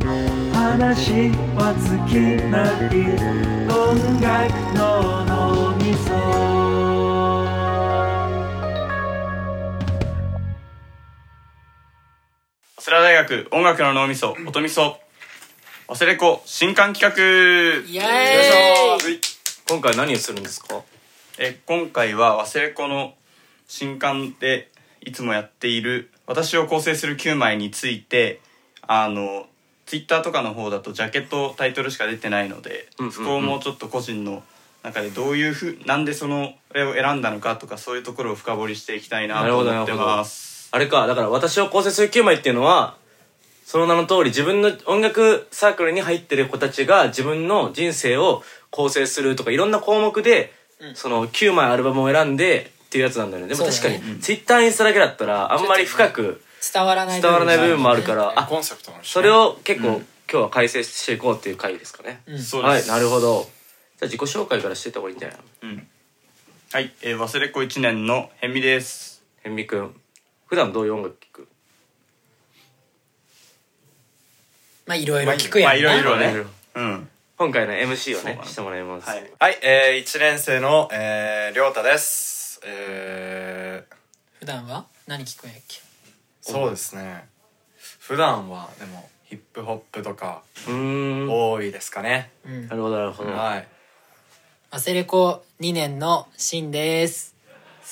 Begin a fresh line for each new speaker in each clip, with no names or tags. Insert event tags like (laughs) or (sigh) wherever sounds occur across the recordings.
話は尽きない音楽の脳みそ
早稲田大学音楽の脳みそ音みそ忘れ子新刊企画
イエ
よいし
ー
ょ
イ
今回何をするんですか
え今回は忘れ子の新刊でいつもやっている私を構成する9枚についてあのツイッターとかの方だとジャケットタイトルしか出てないので、
うんうんうん
そこをもうちょっと個人の中でどういうふうなんでそのあれを選んだのかとかそういうところを深掘りしていきたいな
なる
と
ほど
思ってます。
あれかだから私を構成する9枚っていうのはその名の通り自分の音楽サークルに入ってる子たちが自分の人生を構成するとかいろんな項目で、その9枚アルバムを選んでっていうやつなんだよねでも
そうだ
確か
ね
に、ツイッターインスタだけだったらあんまり深く
伝わらない
伝わらない部分もあるから、あ
コンセプトの
それを結構、今日は改正していこうっていう回ですかね、
そうで
はい
す
なるほどじゃあ自己紹介からしていった方がいいんじゃないの
はい、えー忘れ子1年のヘミです。
へんみくん普段どういう音楽聴く
まあいろいろ聞くやん
ま
な
あいろいろ
な
ね
るほど。
うん。
今回の MC を
そう
ね
なの
してもらいます、
はい。
はい、えー、1年生の、えー、りょうたです。えー、
普段は何聞くんやっけ
そうですね。普段は、でも、ヒップホップとか、
うーん
多いですかね。
うん
なるほどなるほど、
はい。
忘れ子2年のシンです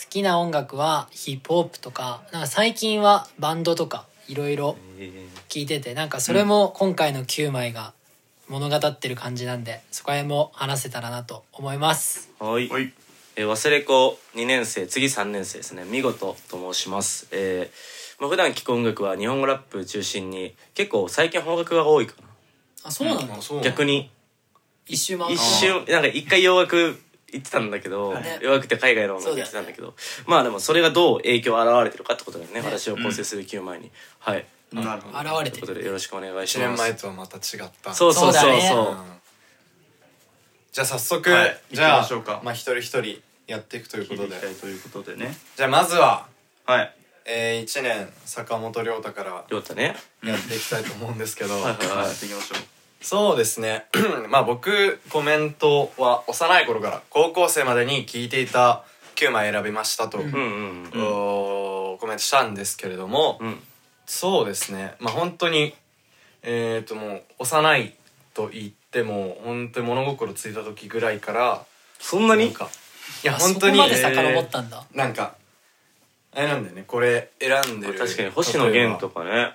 好きな音楽はヒップホップとかなんか最近はバンドとかいろいろ
え
聞いててなんかそれも今回の9枚が物語ってる感じなんでそこら辺も話せたらなと思います
ーはい
おい。
えー忘れ子2年生次3年生ですね見事と申しますえーまあ、普段聴く音楽は日本語ラップ中心に結構最近邦楽が多いか
あそうなんだ、
そう
な逆に
一周回
一
って
瞬なんか一回洋楽行ってたんだけど、
い
洋楽って海外の音楽行ってたんだけどまあでもそれがどう影響を表れてるかってことだよね私を構成する9枚に、はい
なるほど。
現れ
と
て
いうこと
る
でよろしくお願いし
1
ま
年
す
前とはまた違った。
そうそうそうそ
そうだ
う
ね
うんじゃあ早速、
はい
じゃ
行きましょう
あ
か、
まあ一人一人やっていくというこ
聞
と
いて
で
いき。たいということでね。
じゃあまずは、
はい。
えー、1年、坂本りょうたから
りょうたね
やっていきたいと思うんですけど、
はいはい
は。
はいい
行きましょう。
そうですね (clears throat) まあ僕コメントは幼い頃から高校生までに聞いていた9枚選びましたと、
うんうんうん
おーコメントしたんですけれども、
うん
そうですねまあ本当にえっ、ともう幼いと言っても本当に物心ついた時ぐらいから
そんな
な
に
んかいや
あそ
本
こ
当に
まで遡ったんだ、
なんかあれなんだよねこれ選んでる
確かに星野源とかね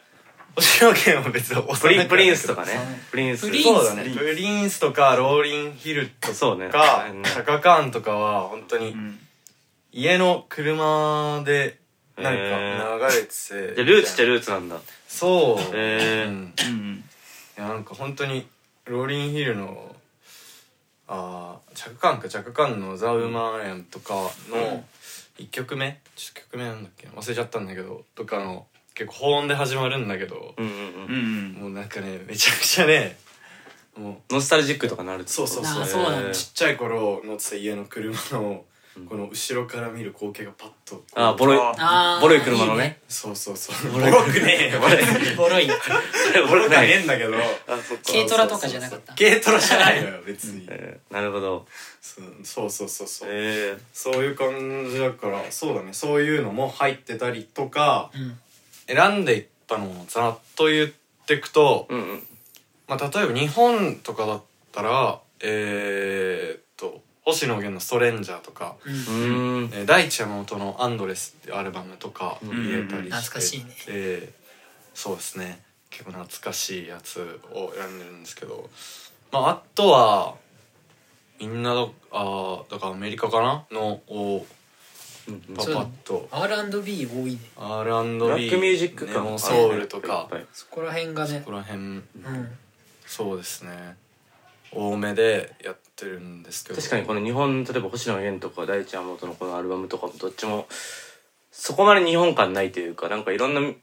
星野源は別に幼い
プリン
か
プ
らだけど
リンスとかねプリンス
プリンス
そうだねプリンスとかローリンヒルと
そうね
か
うん
シャカカーンとかは本当に
うん。
家の車でなん
へー
か流れ
じ
てて
ゃあルーツっちゃルーツなんだ
そう
へー
うん
うん。
いやなんか本当にローリンヒルのあー着艦か着艦の「ザ・ウーマンエン」とかの1曲目ちょっと曲名なんだっけ忘れちゃったんだけどとかの結構高音で始まるんだけど
うんうんう
うんん。
もうなんかねめちゃくちゃねもう
ノスタルジックとかなるってこと
そうそうそう
あそうなんだ
へー
ちっちゃい頃乗ってた家の車のこの後ろから見る光景がパッとこう
あボロい
あ
あー
ボロい車の
いい
ね
そうそうそうボロくね
(laughs)
えよボロ
ボロい
ボロ
く
く
は
な
ね
い
えんだけど
あそっか
軽トラとかじゃなかった
軽トラじゃないのよ別に
えーなるほど
そうそうそうそうそう
えー
そういう感じだからそうだねそういうのも入ってたりとか
うん
選んでいったのをざっと言ってくと
うんうん
まあ例えば日本とかだったらえーっと星野源の「ストレンジャー」とか
うん
うーん
えー大地山本の「アンドレス」ってアルバムとか入れた
う
りして、
ん懐かしいね
えーそうですね結構懐かしいやつを選んでるんですけど、まあ、あとはみんなどあーだからアメリカかなのを
うんうん
パパッと
R&B 多いね
R&B
ブラックミュージックか
ネモソウルとか
あれね
こ
そこら辺がね
こら辺
うん
そうですね多めでやってるんですけど
確かにこの日本例えば星野源とか大地山本のこのアルバムとかもどっちもそこまで日本感ないというかなんかいろんなジ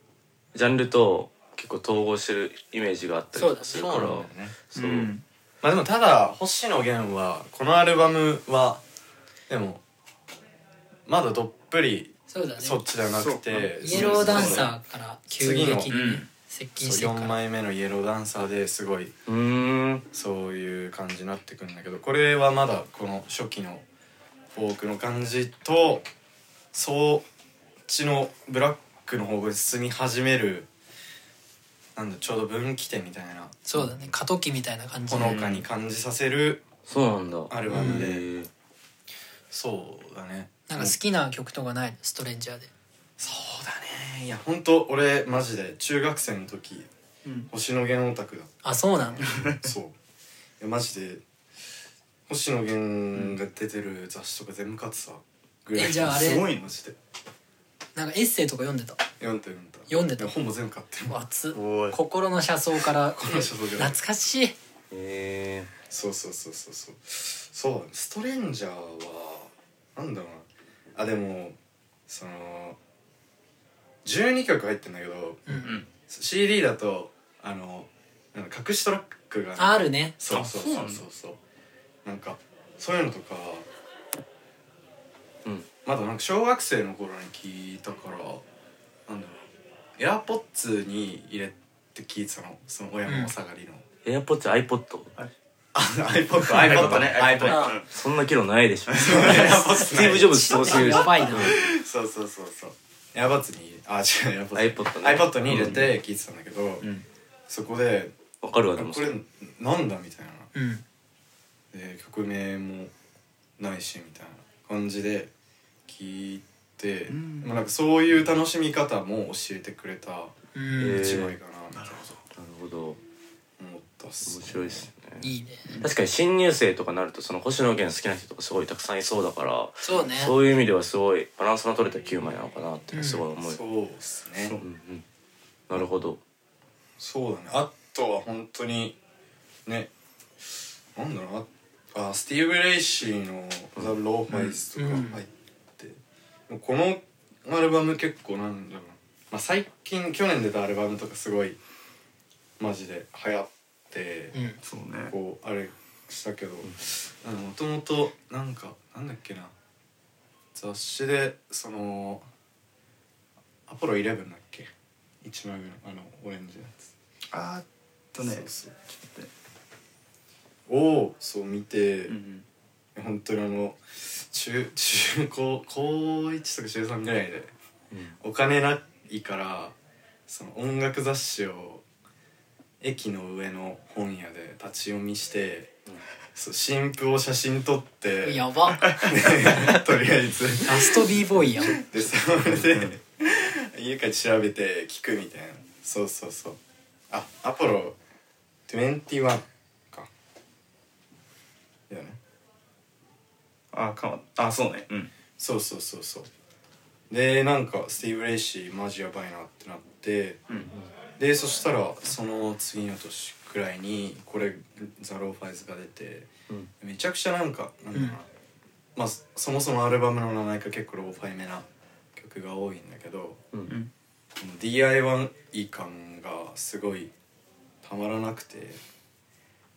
ャンルと結構統合してるイメージがあったりとかす
そ
る
う
か
な
ら
んだよね
そう、
うん
まあでもただ星野源はこのアルバムはでもまだどっぷり
そうだね
そっちじゃなくて
イエローダン
そうそう
サーから急激にね
次
のうん
接近して
そう
るから
4枚目のイエローダンサーですごいう
ーん
そういう感じになってくるんだけどこれはまだこの初期のフォークの感じとそっちのブラックの方向に進み始めるなんだちょうど分岐点みたいな
そうだね過渡期みたいな感じ
ほのかに感じさせる
そうなんだ
アルバム
へ
で
ー
そうだね
なんか好きな曲とかないのストレンジャーで
そうだねいや本当俺マジで中学生の時、星野源オタクだ
あそう
(laughs)
なの (laughs)
そういやマジで星野源が出てる雑誌とか全部買ってたぐらい
えじゃああれ
すごいマジで
なんかエッセイとか読んでた
読んで読んだ
読んでた
いや本も全部買ってる
熱っ
おい
心の車窓から
心の車窓から
懐かしい
へー
そうそうそうそうそうそうだねストレンジャーはなんだろうなあでもその12曲入ってんだけど、
ん
CD だとあのなんか隠しトラックがね
あるね
そう
あ
そう
そう
そ
な
う
だ
んそうそうなんかそういうのとか
うん
まだなんか小学生の頃に聞いたからなんだろうエアポッツに入れて聞いてたのその親のお下がりの、 (laughs)
エアポッツ iPod
あ iPod
iPod ね
iPod
うん
そんなキロない
(laughs)
でしょス
エアポッツ
ティーブ・ジョブズ
ちょ
そう
っ
す
と
ぎる
やばいな
そうそうそうそうエアバッツにあ違うエアバッ
iPod
ツ
ね
iPod に入れて聞いてたんだけど、
ん
そこで
わかるわ
あ
でも
これなんだみたいな
うん
で曲名もないしみたいな感じで聞いて、
ん
まあ、なんかそういう楽しみ方も教えてくれた
う
え
ん
ー
一枚かなみたいな
なるほど
思ったっす
面白いですね
いいね
確かに新入生とかなるとその星野源好きな人とかすごいたくさんいそうだから
そうね
そういう意味ではすごいバランスの取れた9枚なのかなってすごい思う、
そうっすね
うんうんなるほど
そうだねあとは本当にねなんだろうなあスティーブ・レイシーの「ザ・ローファイズ」とか
うん
入って、もうこのアルバム結構なんだろうな、まあ、最近去年出たアルバムとかすごいマジで流行って、
うん
そうね
こうあれしたけどもともとなんかなんだっけな雑誌でその「アポロ11」だっけ一枚目のあのオレンジのやつ。
あーっとね
そうそう
ちょっとね
をそう見て、
うん
本当にあの中中高高一とか中3ぐらいで、お金ないからその音楽雑誌を駅の上の本屋で立ち読みして、そう新譜を写真撮って
やば
(laughs) とりあえず
ラスト b ボーイやん
でそれで家帰って調べて聞くみたいなそうそうそうあアポロ21かだよね
あかわあそうねうん
そうそうそうそうでなんかスティーブ・レイシーマジやばいなってなって、
ん
でそしたらその次の年くらいにこれ「ザ・ローファイズ」が出て、めちゃくちゃなんかなんだろうな、まあそそもそもアルバムの名前が結構ローファイめな曲が多いんだけど、
ん
この DIY 感がすごいたまらなくて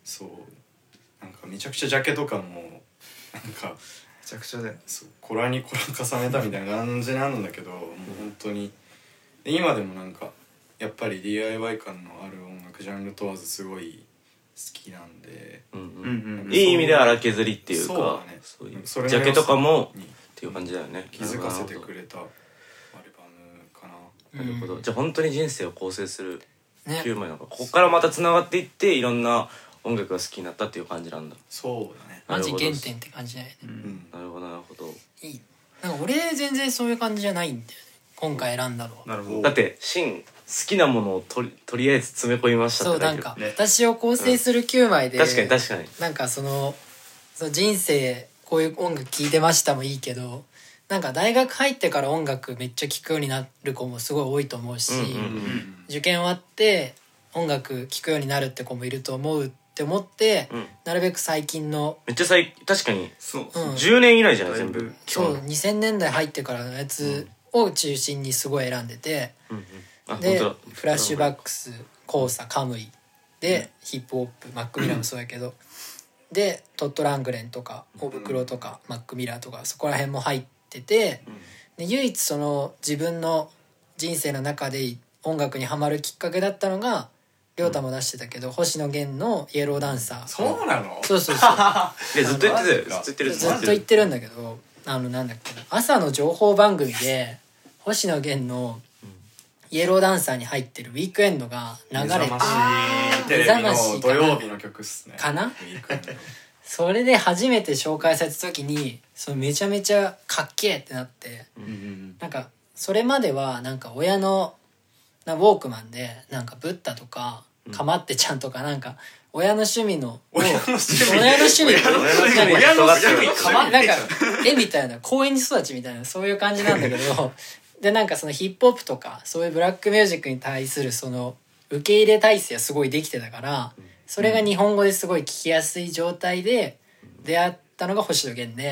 そうなんかめちゃくちゃジャケとかもなんか
めちゃくちゃだよ
そうコラにコラ重ねたみたいな感じなんだけど、もう本当にで今でもなんかやっぱり DIY 感のある音楽ジャンル問わずすごい好きなんで
うん
う
うん
んうん
いい意味で荒削りっていう
そう
か
だね
そういうジ
それの
ャケとかも
に
っていう感じだよね
気づかせてく
る
れたアルバムかな
なるほどじゃあ本当に人生を構成する
ね
9枚なのかここからまたつながっていっていろんな音楽が好きになったっていう感じなんだ
そうだね
マジ原点って感じだよね
うん
なるほどなるほど
いいなんか俺全然そういう感じじゃないんだよね今回選んだのは
なるほど
だってシン好きなものをとりとりあえず詰め込みましたっ
そ
て
うな
だ
ん
けど
か、
ね
私を構成する9枚で、
確かに確かに
なんかそのその人生こういう音楽聴いてましたもいいけどなんか大学入ってから音楽めっちゃ聴くようになる子もすごい多いと思うし、
うんうん
うん
受験終わって音楽聴くようになるって子もいると思うって思って、
うん
なるべく最近の、
めっちゃ最確かに
そう
うん、
10年以内じゃない
だい
全
ぶ
部基
そ
本
う2000年代入ってからのやつを中心にすごい選んでて、
うんうんあ本
で
当だ
フラッシュバックス交差カムイで、ヒップホップマック・ミラーもそうやけどでトット・ラングレンとか大袋とか、マック・ミラーとかそこら辺も入ってて、で唯一その自分の人生の中で音楽にハマるきっかけだったのが亮太も出してたけど、星野源の「イエローダンサー」
そうなの
そうそうそう
でずっと言ってたよ
マジか
ずっと言ってる
ずっと言ってるんだけどあのなんだっけな朝の情報番組で星野源のイエローダンサーに入ってるウィークエンドが流れて
テレビの土曜日の曲っすね
かな
ウィークエンド
それで初めて紹介された時にそのめちゃめちゃかっけえってなってなんかそれまではなんか親のなウォークマンでなんかブッダとかかまってちゃんとかなんか親の趣味の
親の趣
親
味
の趣味
親の趣味
なんか
親の趣味
かまなんか絵みたいな公園に育ちみたいなそういう感じなんだけど (laughs) でなんかそのヒップホップとかそういうブラックミュージックに対するその受け入れ体制はすごいできてたからそれが日本語ですごい聞きやすい状態で出会ったのが星野源で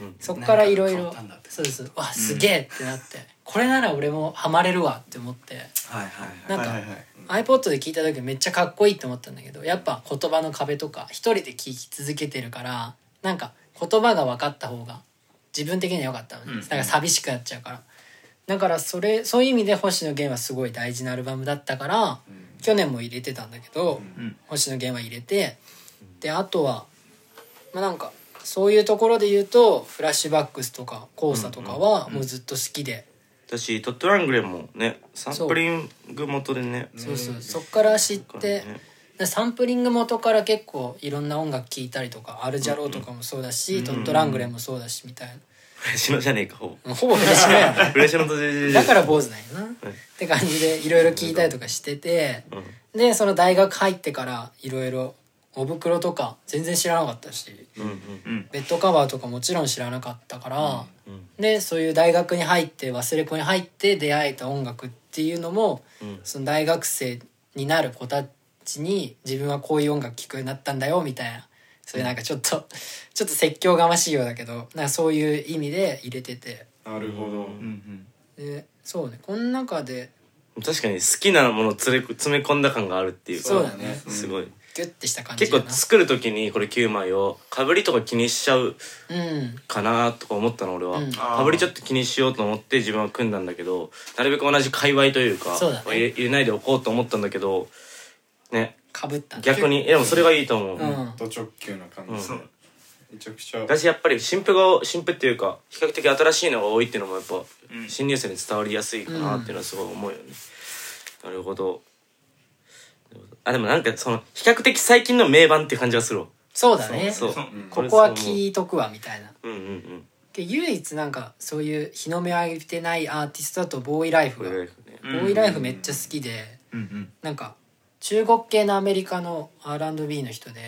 ん
そっからいろい
なん
ろ
か変わったんだって
そうですわすげえってなってこれなら俺もハマれるわって思って
はいはい
なんか
はいはいはい、
iPod で聞いた時めっちゃかっこいいって思ったんだけどやっぱ言葉の壁とか一人で聞き続けてるからなんか言葉が分かった方が自分的には良かったのね
うん
だから寂しくなっちゃうからだからそれそういう意味で星野源はすごい大事なアルバムだったから去年も入れてたんだけど
うん
星野源は入れてであとはまあなんかそういうところで言うとフラッシュバックスとか交差とかはもうずっと好きで
私トットラングレンもねサンプリング元でね (laughs)
そうそうそっから知って。
ね
でサンプリング元から結構いろんな音楽聴いたりとかアルジャローとかもそうだし、トットラングレンもそうだしみたい
フレシノじゃねえかほぼ
なほぼ嬉しいよね (laughs)
フレシノとジェジェジェ
だから坊主なんやなっ
はい
て感じでいろいろ聴いたりとかしてて
うん
でその大学入ってからいろいろお袋とか全然知らなかったし
うん
うん
ベッドカバーとかもちろん知らなかったから、
うんうん
でそういう大学に入って忘れ子に入って出会えた音楽っていうのも、
うん
その大学生になる子たちに自分はこういう音楽聴くようになったんだよみたいなそういうなんかちょっと、ちょっと説教がましいようだけどなんかそういう意味で入れてて
なるほ
う
ど
んうん
でそうねこの中で
確かに好きなものをつれ詰め込んだ感があるっていうか
そうだね
すごい
ギュッてした感じ
結
だ
構
な
作る時にこれ9枚をかぶりとか気にしちゃう
うん
かなとか思ったの俺は、
うん
かぶりちょっと気にしようと思って自分は組んだんだけどなるべく同じ界隈というか
そうだね
入れ入れないでおこうと思ったんだけどね
かぶったね
逆にでもそれがいいと思う、
うん
ド直球な感
うん
じ
そう
めちゃくちゃ
私やっぱり新婦が新婦っていうか比較的新しいのが多いっていうのもやっぱ
うん
新入生に伝わりやすいかなっていうのはすごい思うよね、なるほどあでもなんかその比較的最近の名盤っていう感じがするわ
そうだね
そう、
ん
ここは
れそう思
聞いとくわみたいな
ううんうんうん
で唯一なんかそういう日の目を浴びてないアーティストだとボーイライフ
これ
が、
ぐらいかね
うん
ボーイライフめっちゃ好きで、
うんうん
なんか中国系のアメリカの R&B の人で、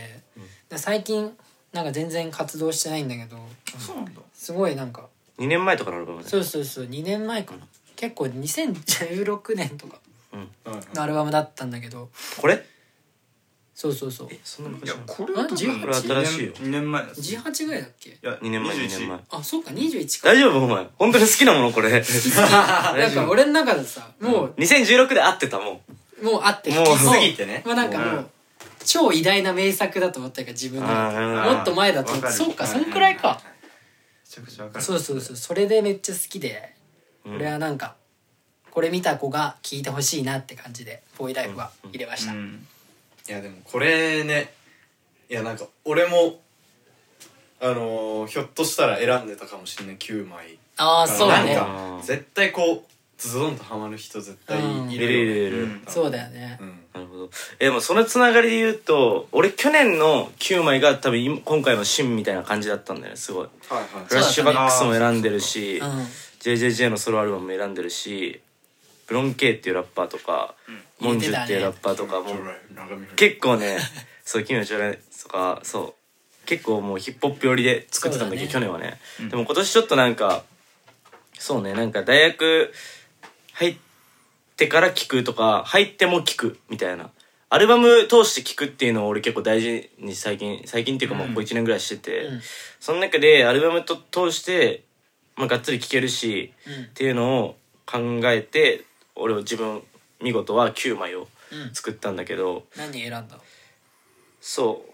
で最近なんか全然活動してないんだけど
そうなんだ
すごいなんか
2年前とかのアルバムだね
そうそうそう2年前かな結構2016年とか
うんうん
のアルバムだったんだけど
これ
そうそうそう
えそんな昔
いや
なの
これ
あ
は多分
これ新しいよ
2年前ですい
18ぐらいだっけ
や
2年前2年前
あそうか21か
(laughs) 大丈夫お前本当に好きなもの
(laughs)
これ
なんか俺の中でさもう、
2016で会ってたもん
もうあって
もう
結構
過
ぎてね
もうなんかもう、
うん
超偉大な名作だと思ったから自分の
あ
ー
もっと前だと思っ
わか
て
る
そうかそんくらいか
めちゃくちゃわかる
そうそうそうそれでめっちゃ好きで、
うん
俺はなんかこれ見た子が聞いてほしいなって感じで「ボーイライフ」は入れました、
うん
いやでもこれねいやなんか俺もあのーひょっとしたら選んでたかもしれない9枚
ああそうだね
なんか絶対こうズドンとハマる人絶対い
入れ
る
る
よね
入れ
う
る
ん
そうだよね、
うん
なるほど。え、でもそのつながりで言うと、俺去年の9枚が多分今今回の新みたいな感じだったんだよね、すごい。
はい
フ
は
ラッシュバックスも選んでるし、
うん
JJJ のソロアルバムも選んでるし、ブロンケイっていうラッパーとか、
うん
モンジュっていうラッパー
い
とかも、
長見
結構ね、 (laughs) そう、キムチョレとか、そう、結構もうヒップホップ寄りで作ってたんだけど、
そ
去
うだね
年はね。でも今年ちょっとなんか、そうね、なんか大学入ってから聞くとか、入っても聞くみたいな。アルバム通して聞くっていうのを俺結構大事に最近、最近っていうかもうここ1年ぐらいしてて、
うん
その中でアルバムと通して、まあがっつり聞けるし、
うん
っていうのを考えて、俺を自分、見事は9枚を
うん
作ったんだけど、
何選んだ
そ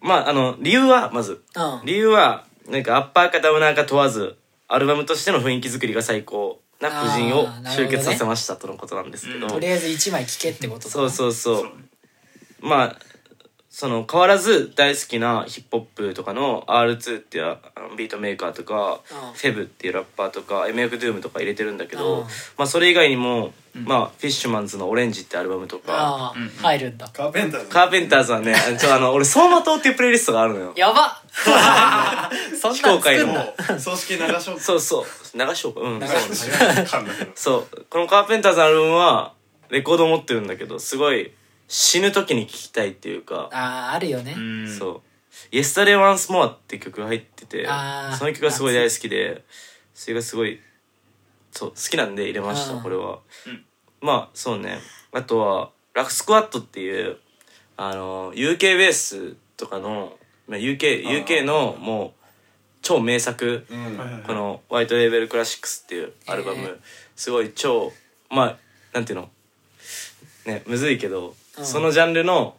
うまああの理由はまず
うん
理由はなんかアッパーかダウナーか問わずアルバムとしての雰囲気作りが最高な婦人を
あーなるほど
集
ね
結させましたとのことなんですけど、
うん
とりあえず1枚聞けってことだ
そうそうそう
そうね
まあその変わらず大好きなヒップホップとかの R2 っていうあのビートメーカーとか、
うん
フェブっていうラッパーとか MF ドゥームとか入れてるんだけ
うん
ど、まあ、それ以外にも、まあ、フィッシュマンズの「オレンジ」ってアルバムとか
ああ、入るんだ
カーペンターズ
カーペンターズはねちょあの俺「走馬灯」っていうプレイリストがあるのよ
やばそんなん
非公開
作ん
の
だ
もう葬式流しょう
そうそう流しようかうん
流しょうか噛んだけど
そうこのカーペンターズのアルバムはレコード持ってるんだけどすごい死ぬ時に聴きたいっていうか
あああるよね、
うん
そう「Yesterday Once More」って曲が入ってて
あー
その曲がすごい大好きでそれがすごいそう好きなんで入れました
あー
これは、
ん
まあそうねあとは「ラフスクワット」っていうあの UK ベースとかの、まあ、UK, UK のもう超名作、この「ワイトレーベルクラシックス」っていうアルバム、
えー
すごい超まあなんていうのねむずいけど、
うん
そのジャンルの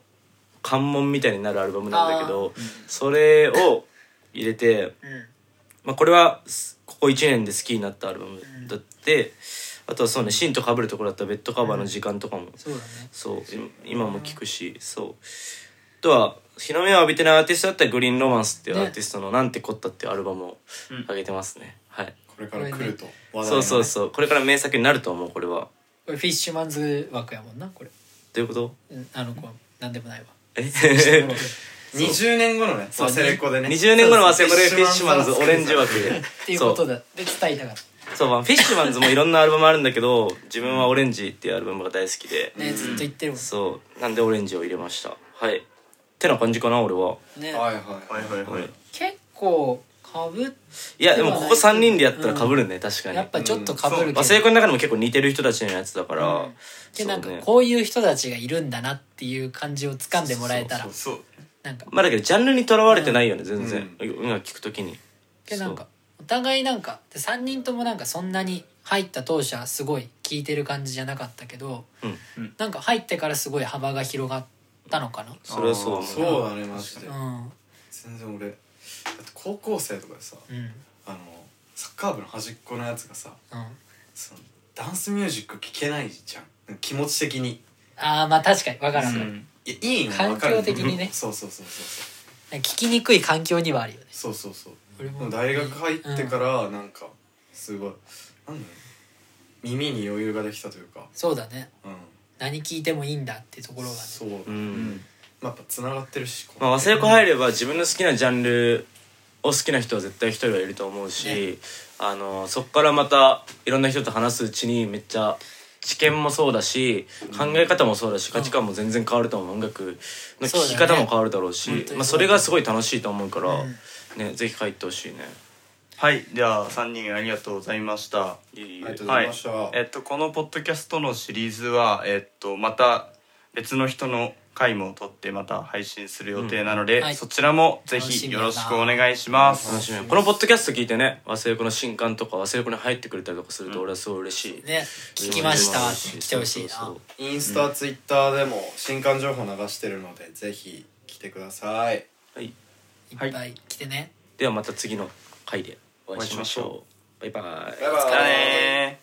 関門みたいになるアルバムなんだけど、それを入れて、
うん
まあ、これはすここ1年で好きになったアルバムだって、あとはそうねシーンとかぶるところだったらベッドカバーの時間とかも、
そうだね
そう今も聞くしそうあとは日の目を浴びてないアーティストだったらグリーンロマンスっていうアーティストの「なんてこった」っていうアルバムを上げてますね、はい
これから来ると話題
そ
の
うそうそうこれから名作になると思うこれは
これフィッシュマンズ枠やもんなこれ、
どういうこと
うん、あの子は何でもないわ
え
20年後のね
そう
忘れっ子でね
20年後の忘れこれフィッシュマンズオレンジ枠で
っていうことだで伝えたかっ
そうまあフィッシュマンズもいろんなアルバムあるんだけど自分は「オレンジ」っていうアルバムが大好きで
たねずっと言ってるもん
そうなんで「オレンジ」を入れましたはいってな感じかな俺は
ね
はいはい
はいはいはい
結構かぶっ
いやでもここ3人でやったらかぶるね確かに
やっぱちょっとかぶるけど、
まあ、成功の中でも結構似てる人たちのやつだから、
うんでなんか
そうね
こういう人たちがいるんだなっていう感じをつかんでもらえたら
そう
なんか
まあだけどジャンルにとらわれてないよね全然、音楽聴くときに
でなんかお互いなんかで3人ともなんかそんなに入った当初はすごい聴いてる感じじゃなかったけど
うん
なんか入ってからすごい幅が広がったのか
それはそう思う
そうだねマジで
なうん
全然俺だって高校生とかでさ
うん
あのサッカー部の端っこのやつがさ
うん
そのダンスミュージック聴けないじゃん気持ち的に
ああまあ確かにわからん、
う
なん
いやいいのは分かる
環境的にね
(laughs) そうそうそうそ
んか聞きにくい環境にはあるよね
うそうそうそう
俺
でも大学入ってからなんかすごいなんだろう耳に余裕ができたというか
そうだね
うん
何聞いてもいいんだってところがね
そう
うん、
まあやっぱつながってるしこう
まあ、和製子入れば自分の好きなジャンルを好きな人は絶対一人はいると思うし、あのそこからまたいろんな人と話すうちにめっちゃ知見もそうだし考え方もそうだし価値観も全然変わると思う音楽の聴き方も変わるだろう
そ
し
うだよね本当に
まあ、それがすごい楽しいと思うから、
うん
ね、ぜひ入ってほしいね。
はいでは3人ありがとうございました
ありがとうございました、
えっと、このポッドキャストのシリーズは、えっと、また別の人の回も撮ってまた配信する予定なので、
うんはい
そちらもぜ
楽しみ
ひ
だ
よ
な
ろしくお願いしま
楽し
す。
みこのポッドキャスト聞いてね忘れ子の新刊とか忘れ子に入ってくれたりとかすると俺はすごい嬉しい、
ね聞きましたって来てほしいな
そうそうそう
インスタ、ツイッターでも新刊情報流してるのでぜひ来てください
はい、
いっぱい来てね、
ではまた次の回でお会いしましょうバイバイ
バイバイ
じゃあねー